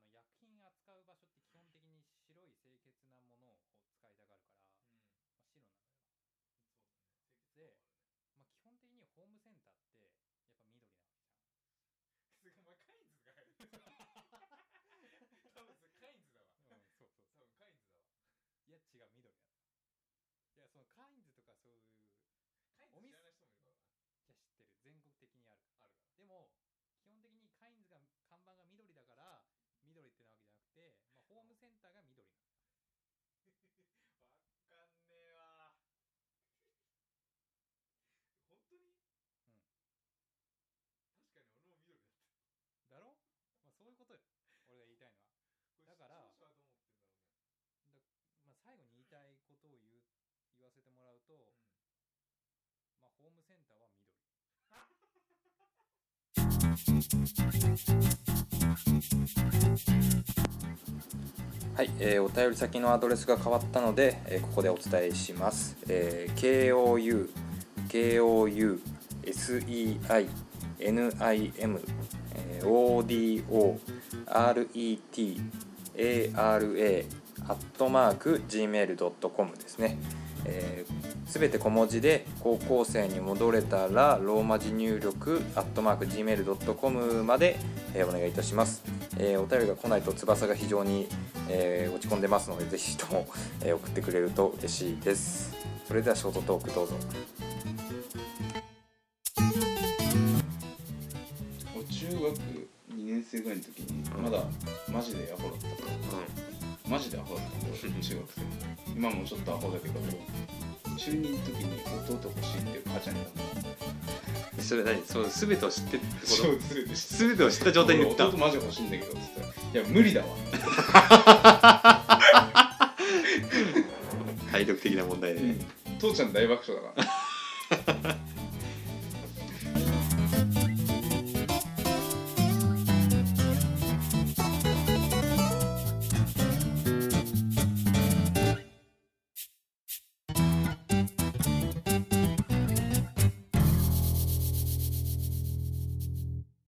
[SPEAKER 2] るところって
[SPEAKER 1] あの薬
[SPEAKER 2] 白のイメージある気もする
[SPEAKER 1] 品扱う場所って基本的に白い清潔なものを使いたがるから、ま
[SPEAKER 2] うん
[SPEAKER 1] あ、白なのよ、
[SPEAKER 2] そうだね清潔感
[SPEAKER 1] で
[SPEAKER 2] もあるね
[SPEAKER 1] まあ、基本的にホームセンターってやっぱ緑なわけじゃん
[SPEAKER 2] すごいお前カイン
[SPEAKER 1] うん、そうそういや違う緑なのいやそのカ
[SPEAKER 2] ズが入る多分それカインズだわ多分カインズだわ
[SPEAKER 1] インズとかそういう
[SPEAKER 2] カインズ知らない人もいるからな
[SPEAKER 1] じゃ知ってる全国的にある
[SPEAKER 2] あるから
[SPEAKER 1] でも基本的にカインズが看板が緑だから緑ってなわけじゃなくて、まあ、ホームセンターが緑な
[SPEAKER 2] わかんねえわ 本当に
[SPEAKER 1] うん
[SPEAKER 2] 確かに俺も緑
[SPEAKER 1] だろ、まあ、そう
[SPEAKER 2] だった
[SPEAKER 1] いうことよ俺が言いたいのは、
[SPEAKER 2] これ
[SPEAKER 1] だから
[SPEAKER 2] 視聴者はどう思ってんだろうね
[SPEAKER 1] まあ、最後に言いたいことを言う言わせてもらうと、
[SPEAKER 2] うん
[SPEAKER 1] まあ、ホームセンターは緑
[SPEAKER 3] はい、えーお便り先のアドレスが変わったので、えーここでお伝えします、えー KOU KOUSEINIM えー ODORETARA アットマーク Gmail.com ですねえーすべ、て小文字で高校生に戻れたらローマ字入力アットマーク Gmail.com まで、えーお願いいたします、えーお便りが来ないと翼が非常にえー落ち込んでますのでぜひとも、えー送ってくれると嬉しいですそれではショートトークどうぞ
[SPEAKER 4] 俺中学2年生ぐらいの時にまだマジでアホだったから、マジでアホだったんだよ俺中学生今もちょっとアホだけど中2の時に弟欲しいっていう母ちゃんが
[SPEAKER 3] それ何その全てを知ってって
[SPEAKER 4] 超ずれてし
[SPEAKER 3] 全てを知った状態で言った
[SPEAKER 4] 俺弟マジ欲しいんだけどっつったらいや無理だわ
[SPEAKER 3] 体力的な問題で、ね
[SPEAKER 4] 父ちゃん大爆笑だから